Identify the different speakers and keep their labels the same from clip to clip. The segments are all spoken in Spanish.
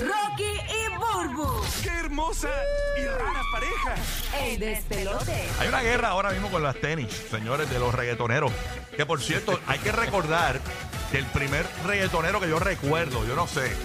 Speaker 1: Rocky y Burbu.
Speaker 2: ¡Qué hermosa y rara pareja!
Speaker 1: El despelote.
Speaker 3: Hay una guerra ahora mismo con las tenis, señores, de los reggaetoneros. Que por cierto, hay que recordar que el primer reggaetonero que yo recuerdo, yo no sé,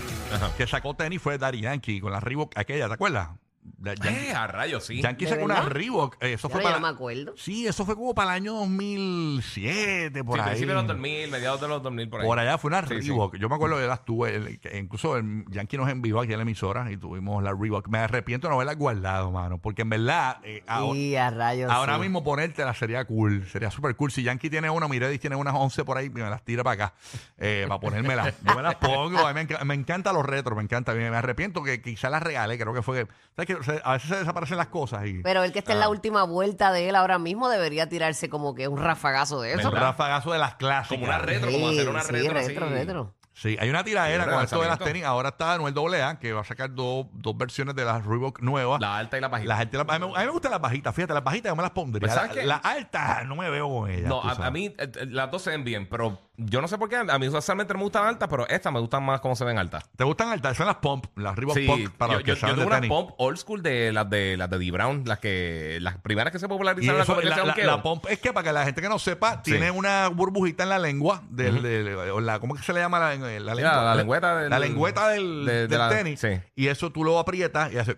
Speaker 3: que sacó tenis fue Daddy Yankee con la Reebok aquella, ¿te acuerdas? Da- Yankee,
Speaker 2: ¡Eh, a rayos, sí!
Speaker 3: Yankee
Speaker 4: ¿De
Speaker 3: sacó una
Speaker 4: verdad?
Speaker 3: Reebok. eh, Eso
Speaker 4: Ya
Speaker 3: fue
Speaker 4: no, ya
Speaker 3: para,
Speaker 4: no me acuerdo.
Speaker 3: Sí, eso fue como para el año 2007, por
Speaker 2: Sí,
Speaker 3: ahí.
Speaker 2: principio de los 2000, mediados de los 2000, por ahí.
Speaker 3: Por allá fue una
Speaker 2: Sí, sí.
Speaker 3: Reebok. Yo me acuerdo de las tuve. el- que incluso el Yankee nos envió aquí a la emisora y tuvimos la Reebok. Me arrepiento de no haberla guardado, mano. Porque en verdad, eh, ahora,
Speaker 4: Y a rayos.
Speaker 3: ahora
Speaker 4: sí.
Speaker 3: mismo ponértela sería cool. Sería súper cool. Si Yankee tiene una, Miredis tiene unas 11 por ahí, me las tira para acá. eh, para ponérmelas. Yo me las pongo. A mí me, enca- me encantan los retros, me encanta. Me arrepiento que quizás las regalé. Creo que fue. ¿Sabes que se- A veces se desaparecen las cosas y.
Speaker 4: Pero el que está
Speaker 3: Ah.
Speaker 4: en la última vuelta de él ahora mismo debería tirarse como que un rafagazo de eso.
Speaker 3: El rafagazo de las clásicas.
Speaker 2: Como una retro, como
Speaker 4: Sí,
Speaker 2: hacer una
Speaker 4: sí,
Speaker 2: retro. así.
Speaker 4: retro, retro.
Speaker 3: Sí, hay una tiradera
Speaker 2: Sí,
Speaker 3: con esto de las
Speaker 2: relanzamiento.
Speaker 3: tenis. Ahora está Anuel AA, que va a sacar dos, dos versiones de las Reebok nuevas.
Speaker 2: La alta y la bajita.
Speaker 3: La gente- la- a, mí, me- a mí me gustan las bajitas, fíjate, las bajitas yo me las pondría.
Speaker 2: Pues, ¿sabes
Speaker 3: La-
Speaker 2: qué?
Speaker 3: las altas no me veo con ellas.
Speaker 2: no,
Speaker 3: tú
Speaker 2: a, a
Speaker 3: sabes.
Speaker 2: mí eh, eh, las dos se ven bien, pero yo no sé por qué. A mí usualmente no me gustan altas, pero estas me gustan más como se ven altas.
Speaker 3: ¿Te gustan altas? Son las pump, las Reebok
Speaker 2: Sí,
Speaker 3: pump para
Speaker 2: yo,
Speaker 3: los que
Speaker 2: yo, yo
Speaker 3: saben
Speaker 2: tuve
Speaker 3: de
Speaker 2: una
Speaker 3: tenis.
Speaker 2: pump old school de las de las de D. Brown, las que las primeras que se
Speaker 3: Y
Speaker 2: popularizaron
Speaker 3: eso,
Speaker 2: competencia
Speaker 3: la,
Speaker 2: de
Speaker 3: la-
Speaker 2: donqueo.
Speaker 3: la pump es que para que la gente que no sepa,
Speaker 2: Sí.
Speaker 3: tiene una burbujita en la lengua. Del, del- o la, ¿Cómo es que se le llama la, la lengua?
Speaker 2: la lengüeta del-
Speaker 3: la lengüeta del,
Speaker 2: de- de
Speaker 3: del
Speaker 2: la-
Speaker 3: tenis.
Speaker 2: sí.
Speaker 3: Y eso tú lo aprietas y hace.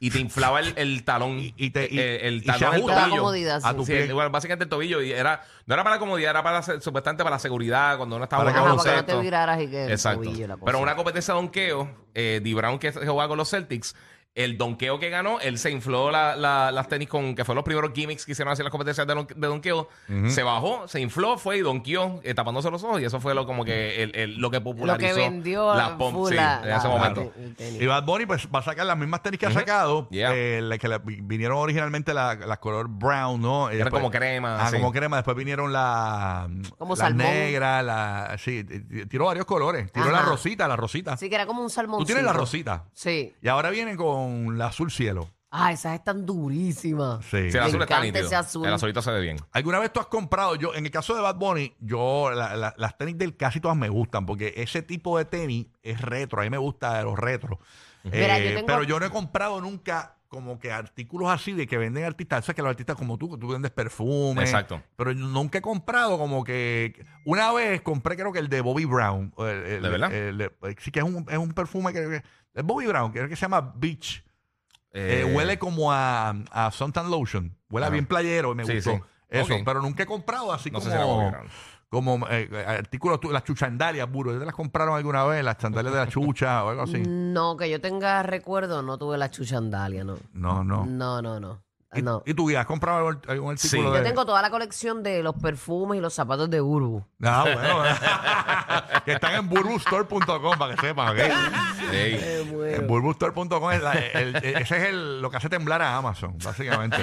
Speaker 2: y te inflaba el, el talón.
Speaker 3: Y- y te- y-
Speaker 2: eh, el,
Speaker 3: y se
Speaker 2: talón, el
Speaker 3: ajusta
Speaker 4: la
Speaker 2: tobillo.
Speaker 4: comodidad,
Speaker 3: a
Speaker 4: sí.
Speaker 3: tu
Speaker 2: Sí,
Speaker 3: pie.
Speaker 2: el- bueno, básicamente el tobillo. Y era, no era para comodidad, era para se- supuestamente para la seguridad cuando uno estaba
Speaker 3: Para que
Speaker 4: Ajá,
Speaker 2: jugando
Speaker 4: para que no te
Speaker 2: baloncesto.
Speaker 4: viraras y que el
Speaker 2: Exacto.
Speaker 4: tobillo y la cosa.
Speaker 2: Pero una competencia de donqueo, eh, D. Brown que jugaba con los Celtics, el donqueo que ganó, él se infló la- la- las tenis con, que fueron los primeros gimmicks que hicieron así en las competencias de, don- de donqueo, se bajó, se infló, fue y donqueó, eh, tapándose los ojos, y eso fue lo como que el- el- lo que
Speaker 4: lo
Speaker 2: popularizó
Speaker 4: que vendió
Speaker 2: la pump,
Speaker 4: full
Speaker 2: sí,
Speaker 4: la-
Speaker 2: en ese
Speaker 4: la-
Speaker 2: momento.
Speaker 4: el- el tenis.
Speaker 3: Y Bad Bunny pues, va a sacar las mismas tenis que ha sacado,
Speaker 2: Yeah.
Speaker 3: eh, las que la- vi- vinieron originalmente la- las color brown, ¿no? Y
Speaker 2: Era
Speaker 3: después-
Speaker 2: como crema,
Speaker 3: Ah,
Speaker 2: sí.
Speaker 3: como crema. Después vinieron la,
Speaker 4: Como
Speaker 3: la
Speaker 4: salmón.
Speaker 3: negra, la... Sí, t- t- tiró varios colores. Tiró
Speaker 4: Ajá.
Speaker 3: la rosita, la rosita.
Speaker 4: Sí, que era como un salmón.
Speaker 3: Tú tienes la rosita.
Speaker 4: Sí.
Speaker 3: Y ahora vienen con la azul cielo.
Speaker 4: Ah, esas están durísimas.
Speaker 3: Sí.
Speaker 2: Sí, el
Speaker 4: Me
Speaker 2: azul está
Speaker 4: encanta
Speaker 2: nítido.
Speaker 4: ese azul.
Speaker 2: El azulito se ve bien.
Speaker 3: ¿Alguna vez tú has comprado? Yo, en el caso de Bad Bunny, yo la- la- las tenis del casi todas me gustan, porque ese tipo de tenis es retro. A mí me gusta de los retros.
Speaker 4: Mira, yo tengo-
Speaker 3: Pero yo no he comprado nunca como que artículos así de que venden artistas. O sea, que los artistas como tú, que tú vendes perfumes.
Speaker 2: Exacto.
Speaker 3: Pero yo nunca he comprado como que. Una vez compré, creo que el de Bobby Brown. o el- el-
Speaker 2: ¿De verdad?
Speaker 3: el- el- sí, que es un, es un perfume que. que- Es Bobby Brown, que creo que se llama Beach. Eh, huele como a, a suntan lotion. Huele a
Speaker 2: Ajá.
Speaker 3: bien playero y me
Speaker 2: Sí,
Speaker 3: gustó.
Speaker 2: sí.
Speaker 3: Eso,
Speaker 2: Ok.
Speaker 3: pero nunca he comprado así
Speaker 2: No sé
Speaker 3: como,
Speaker 2: si era Bobby Brown.
Speaker 3: como eh, eh, artículos, tu- las chuchandalias, burro. ¿Te las compraron alguna vez? Las chandalias de la chucha o algo así.
Speaker 4: No, que yo tenga recuerdo, no tuve la chuchandalia, no.
Speaker 3: No, no.
Speaker 4: No, no, no.
Speaker 3: ¿Y,
Speaker 4: Mm, No.
Speaker 3: y tú, Guía, ¿has comprado algún, algún
Speaker 2: Sí.
Speaker 3: artículo de...?
Speaker 4: Yo tengo toda la colección de los perfumes y los zapatos de Urbu.
Speaker 3: Ah, bueno. que están en burbustore.com para que sepan, ¿ok?
Speaker 2: Ey.
Speaker 3: En burbustore.com es la- el- el- ese es el- lo que hace temblar a Amazon, básicamente.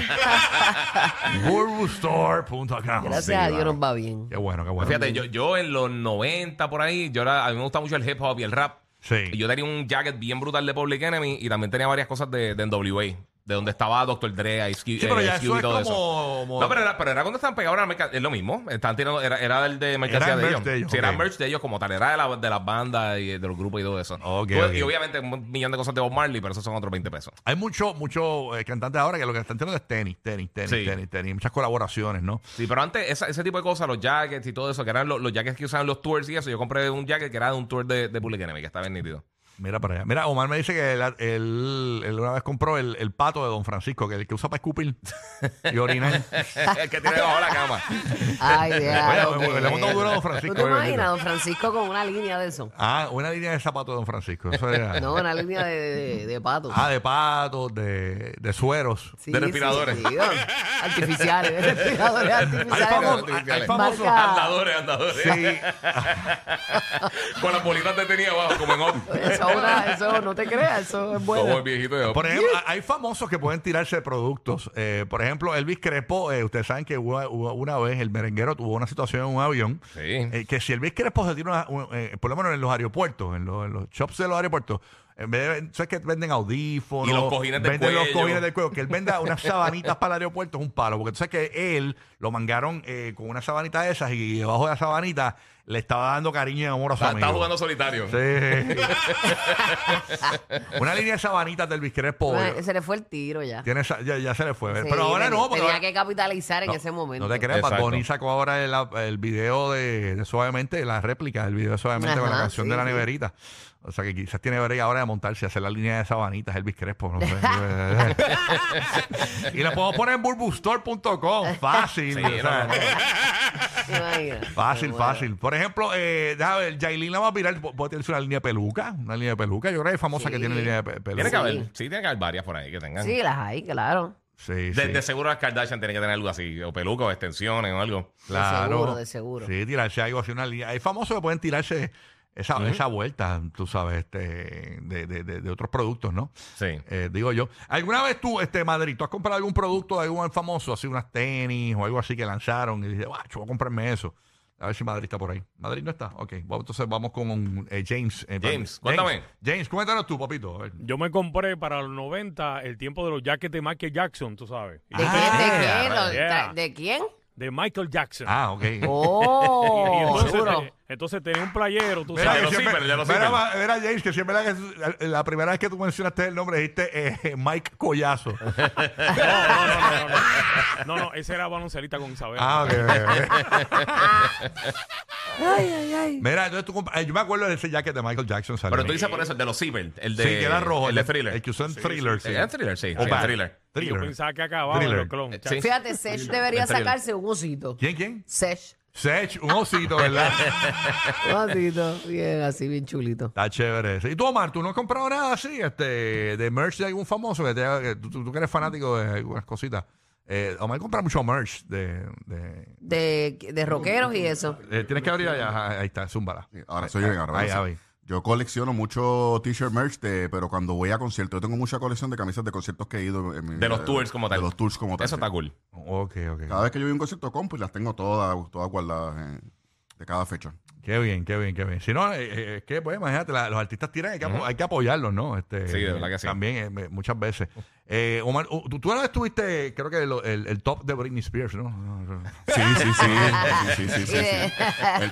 Speaker 3: burbustore.com.
Speaker 4: Gracias
Speaker 3: Sí,
Speaker 4: a
Speaker 3: vale.
Speaker 4: Dios nos va bien.
Speaker 3: Qué bueno, qué bueno.
Speaker 2: Pues Fíjate, yo, yo en los 90 por ahí, yo era, a mí me gusta mucho el hip hop y el rap.
Speaker 3: Sí.
Speaker 2: Y yo tenía un jacket bien brutal de Public Enemy y también tenía varias cosas de, de NWA, de donde estaba Dr. Dre, Ice Cube,
Speaker 3: Sí, pero
Speaker 2: eh,
Speaker 3: ya
Speaker 2: Ice
Speaker 3: eso
Speaker 2: Cube y
Speaker 3: es
Speaker 2: todo
Speaker 3: como...
Speaker 2: eso.
Speaker 3: como-
Speaker 2: No, pero era, pero era cuando estaban pegados a la mercancía. Es lo mismo. Estaban tirando, era, era el de
Speaker 3: Era
Speaker 2: mercancía
Speaker 3: el
Speaker 2: de
Speaker 3: merch
Speaker 2: ellos.
Speaker 3: de ellos,
Speaker 2: Sí, era
Speaker 3: ok.
Speaker 2: merch de ellos como tal. Era de, la- de las bandas y de los grupos y todo eso.
Speaker 3: Ok,
Speaker 2: Tú-
Speaker 3: ok.
Speaker 2: Y obviamente un millón de cosas de Bob Marley, pero esos son otros 20 pesos.
Speaker 3: Hay muchos mucho, eh, cantantes ahora que lo que están teniendo es tenis, tenis, tenis,
Speaker 2: Sí.
Speaker 3: tenis, tenis. Muchas colaboraciones, ¿no?
Speaker 2: Sí, pero antes esa- ese tipo de cosas, los jackets y todo eso, que eran los, los jackets que usaban los tours y eso. Yo compré un jacket que era de un tour de, de Public Enemy, que estaba bien nítido.
Speaker 3: Mira para allá. Mira, Omar me dice que él, él- él una vez compró el, el pato de Don Francisco, que el que usa para escupir y orinar.
Speaker 2: el que tiene debajo de la cama.
Speaker 4: Ay, ya.
Speaker 3: Bueno, le hemos dado duro a don Francisco,
Speaker 4: ¿Tú te
Speaker 3: oye,
Speaker 4: imaginas,
Speaker 3: bendito.
Speaker 4: don Francisco, con una línea de eso?
Speaker 3: Ah, una línea de zapatos de Don Francisco. Eso era-
Speaker 4: No, una línea de, de, de pato.
Speaker 3: Ah, de patos, de, de sueros.
Speaker 4: Sí,
Speaker 2: de respiradores.
Speaker 4: sí, sí, don- artificiales, de respiradores
Speaker 3: Hay
Speaker 4: artificiales.
Speaker 3: famosos,
Speaker 2: artificiales.
Speaker 3: hay famosos-
Speaker 4: Marca-
Speaker 2: Andadores, andadores.
Speaker 3: Sí,
Speaker 2: Con las bolitas de tenía abajo, como en off.
Speaker 4: Eso, es una- eso no te creas, eso es
Speaker 2: Como
Speaker 4: bueno.
Speaker 2: el viejito de
Speaker 3: Por ejemplo, hay famosos que pueden tirarse de productos. Eh, por ejemplo, Elvis Crespo, eh, ustedes saben que hubo- hubo una vez el merenguero tuvo una situación en un avión.
Speaker 2: Sí.
Speaker 3: eh, que si Elvis Crespo se tira, una- un- eh, por lo menos en los aeropuertos, en los, en los shops de los aeropuertos, en vez de, ¿sabes que venden audífonos?
Speaker 2: Y los cojines del
Speaker 3: venden los
Speaker 2: cuello.
Speaker 3: cojines del cuello. Que él venda unas sabanitas para el aeropuerto es un palo, porque tú sabes que él lo mangaron eh, con una sabanita de esas y debajo de la sabanita le estaba dando cariño y amor a su
Speaker 2: Está,
Speaker 3: amigo.
Speaker 2: está jugando solitario.
Speaker 3: Sí. Una línea de sabanitas del Crespo.
Speaker 4: Bueno, se le fue el tiro ya.
Speaker 3: Tiene esa- ya, ya se le fue.
Speaker 4: Sí,
Speaker 3: pero ahora
Speaker 4: ten-
Speaker 3: no, porque
Speaker 4: Tenía
Speaker 3: ahora-
Speaker 4: que capitalizar en
Speaker 3: no,
Speaker 4: ese momento.
Speaker 3: No te creas, Bad
Speaker 2: Exacto.
Speaker 3: Bunny sacó ahora el, el video de, de Suavemente, la réplica del video de Suavemente con la
Speaker 4: Ajá,
Speaker 3: canción
Speaker 4: sí,
Speaker 3: de la
Speaker 4: sí.
Speaker 3: neverita. O sea que quizás tiene break ahora de montarse, hacer la línea de sabanitas, Elvis Crespo. No sé. y la podemos poner en burbustore.com. Fácil.
Speaker 2: Sí,
Speaker 3: o sea,
Speaker 2: no, no, no.
Speaker 4: Imagina.
Speaker 3: Fácil,
Speaker 4: Me muero.
Speaker 3: fácil. Por ejemplo, eh, déjame ver, Yailin la va a virar. Puede tener una línea de peluca. Una línea de peluca. Yo creo que es famosa
Speaker 4: Sí.
Speaker 3: que tiene línea de pe-
Speaker 2: Tiene que
Speaker 3: peluca.
Speaker 2: haber, sí, tiene que haber varias por ahí que tengan.
Speaker 4: Sí, las hay, claro.
Speaker 3: Sí,
Speaker 2: De,
Speaker 3: sí.
Speaker 2: de seguro las Kardashian tienen que tener algo así, o peluca, o extensiones, o algo.
Speaker 3: Claro.
Speaker 4: seguro, de seguro.
Speaker 3: Sí, tirarse algo así, una línea. Hay famosos que pueden tirarse esa, esa vuelta, tú sabes, este, de, de- de- de otros productos, ¿no?
Speaker 2: Sí.
Speaker 3: Eh, digo yo. ¿Alguna vez tú, este, Madrid, tú has comprado algún producto de algún famoso, así unas tenis o algo así que lanzaron y dices, guau, yo voy a comprarme eso? A ver si Madrid está por ahí. Madrid no está. Ok, bueno, entonces vamos con eh, James. eh,
Speaker 2: James,
Speaker 3: perdón.
Speaker 2: cuéntame.
Speaker 3: James, James, cuéntanos tú, papito. A ver.
Speaker 5: Yo me compré para los 90 el tiempo de los jackets de Michael Jackson, tú sabes.
Speaker 4: ¿De,
Speaker 3: Ah,
Speaker 4: quién, de,
Speaker 3: yeah,
Speaker 4: quién, Lo-
Speaker 5: yeah.
Speaker 4: tra- ¿De quién?
Speaker 5: De Michael Jackson.
Speaker 3: Ah, ok.
Speaker 2: Oh,
Speaker 5: Y
Speaker 4: Oh,
Speaker 5: entonces,
Speaker 4: seguro.
Speaker 3: eh,
Speaker 5: te- entonces tenía un playero, tú
Speaker 3: Mira,
Speaker 2: de
Speaker 3: que
Speaker 2: los
Speaker 5: sabes.
Speaker 3: siempre-
Speaker 2: Zippers, de los
Speaker 3: mira,
Speaker 2: Zippers.
Speaker 3: ma- mira, James, que siempre la, que- la primera vez que tú mencionaste el nombre dijiste eh, Mike Collazo.
Speaker 5: No, no, no, no, no, no. No, no, ese era baloncelista con Isabel.
Speaker 3: ah, ok, ok, ok. Mira, entonces tú comp- eh, yo me acuerdo de ese jacket de Michael Jackson. salió.
Speaker 2: Pero tú dices por eso, el de los Cyber, el de.
Speaker 3: sí, que era rojo.
Speaker 2: El de Thriller.
Speaker 3: El que usó en Thriller, sí.
Speaker 2: Era Thriller, sí.
Speaker 3: O
Speaker 2: sí,
Speaker 3: Bad.
Speaker 2: Thriller.
Speaker 5: Y yo
Speaker 3: Thriller.
Speaker 5: pensaba que acababa
Speaker 3: Thriller.
Speaker 5: los clones.
Speaker 2: Eh, sí.
Speaker 4: Fíjate, Sesh debería
Speaker 2: Thriller.
Speaker 4: sacarse un osito.
Speaker 3: ¿Quién, quién?
Speaker 4: Sesh.
Speaker 3: Sech, un osito, ¿verdad?
Speaker 4: Un osito. Bien, así, bien chulito.
Speaker 3: Está chévere. ese. ¿Y tú, Omar, tú no has comprado nada así este, de merch de algún famoso? Que te, haga- que tú, tú- tú que eres fanático de algunas cositas. Eh, Omar compra mucho merch de- de,
Speaker 4: De, de rockeros y eso.
Speaker 3: Eh, tienes que abrir allá. Ajá, Ahí está, zúmbala.
Speaker 6: Sí, Ahora soy yo, ahora
Speaker 3: ahí,
Speaker 6: voy a hacer.
Speaker 3: ahí.
Speaker 6: Yo colecciono mucho t-shirt merch, de- pero cuando voy a conciertos, yo tengo mucha colección de camisas de conciertos que he ido. en mi
Speaker 2: De
Speaker 6: vida,
Speaker 2: los tours como tal.
Speaker 6: De los tours como tal.
Speaker 2: Eso
Speaker 6: sí.
Speaker 2: está cool.
Speaker 3: Ok,
Speaker 6: Cada
Speaker 3: ok.
Speaker 6: vez que yo voy a un concierto, compro y las tengo todas, todas guardadas eh, de cada fecha.
Speaker 3: Qué bien, qué bien, qué bien. Si no, eh, eh, es que, pues, imagínate, la- los artistas tiran, hay que, apo- hay que apoyarlos, ¿no? Este,
Speaker 2: Sí, de verdad que sí.
Speaker 3: También, eh, me- muchas veces. Eh, Omar, uh, tú, tú una vez tuviste, creo que lo- el, el top de Britney Spears, ¿no?
Speaker 6: Sí, sí, sí. sí, sí, sí,
Speaker 4: sí.
Speaker 6: El-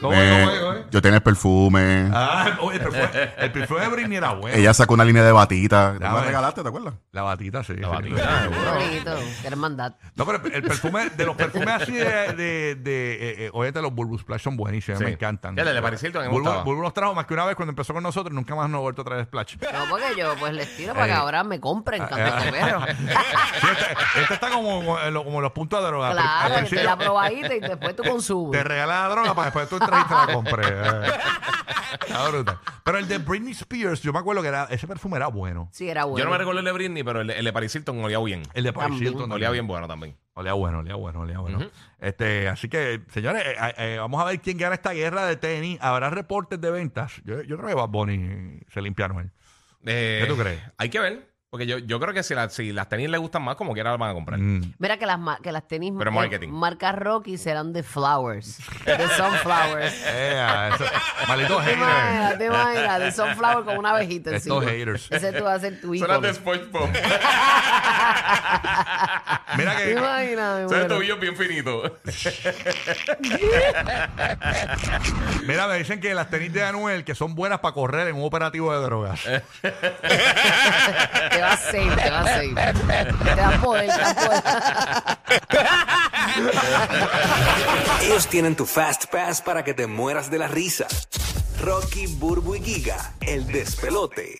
Speaker 3: ¿Cómo
Speaker 6: eh,
Speaker 3: es, cómo es, cómo es?
Speaker 6: yo tenía el perfume.
Speaker 3: Ah, oye, el perfume, el perfume de Britney era bueno.
Speaker 6: Ella sacó una línea de batita. Tú me
Speaker 3: Dame.
Speaker 6: la regalaste, ¿te acuerdas?
Speaker 3: La batita, sí.
Speaker 2: La
Speaker 3: sí.
Speaker 2: batida.
Speaker 4: Bonito. Qué hermandad.
Speaker 3: No, pero el perfume, de los perfumes así de, de, de eh, eh, óyete, los Bulbul Splash son buenísimos,
Speaker 2: Sí.
Speaker 3: me encantan.
Speaker 2: Ya, el de Paris Hilton a mí me
Speaker 3: Bulbul-
Speaker 2: gustaba.
Speaker 3: Bulbul nos trajo más que una vez cuando empezó con nosotros, nunca más nos ha vuelto a traer Splash.
Speaker 4: No, porque yo pues les tiro para que
Speaker 3: Eh.
Speaker 4: ahora me
Speaker 2: ah,
Speaker 4: compren cantos de perro.
Speaker 3: Sí, este, este está como, como en lo- como los puntos de
Speaker 2: ah,
Speaker 3: droga. Al
Speaker 4: Claro, que te
Speaker 3: principio
Speaker 4: la probadita y después tú
Speaker 3: te
Speaker 4: consumes.
Speaker 3: regalas la droga para después tú entras y te la compré. Eh, Está brutal. Pero el de Britney Spears, yo me acuerdo que era, ese perfume era bueno.
Speaker 4: Sí, era bueno.
Speaker 2: Yo no me recuerdo el de Britney, pero el, de- el de Paris Hilton olía bien.
Speaker 3: El de Paris
Speaker 4: También.
Speaker 3: Hilton.
Speaker 2: Olía bien bueno también.
Speaker 3: Olía bueno, olía bueno, olía bueno. este, así que, señores, eh, eh, eh, vamos a ver quién gana esta guerra de tenis. ¿Habrá reportes de ventas? Yo, yo creo que Bad Bunny se limpiaron él.
Speaker 2: Eh,
Speaker 3: ¿Qué tú crees?
Speaker 2: Hay que ver. Porque yo, yo creo que si, la- si las tenis le gustan más, como quiera las van a comprar.
Speaker 3: Mm.
Speaker 4: Mira que las, ma- que las tenis
Speaker 2: Pero
Speaker 4: eh,
Speaker 2: marketing.
Speaker 4: marcas Rocky serán de Flowers. De Sunflowers.
Speaker 3: Eh, eso- malditos
Speaker 4: Te
Speaker 3: haters.
Speaker 4: imaginas, te imaginas, de Sunflower con una abejita encima.
Speaker 3: Estos haters.
Speaker 4: Ese tú vas a ser tu hijo.
Speaker 2: Son las de SpongeBob.
Speaker 3: Mira
Speaker 4: ¿Te
Speaker 3: que.
Speaker 4: imaginas? Me
Speaker 2: Son
Speaker 4: muero.
Speaker 2: tobillos bien finitos.
Speaker 3: Mira, me dicen que las tenis de Anuel que son buenas para correr en un operativo de drogas.
Speaker 4: Te vas a safe, te vas a safe. Te vas a poder, te vas a poder.
Speaker 7: Ellos tienen tu Fast Pass para que te mueras de la risa. Rocky, Burbu y Giga, el despelote.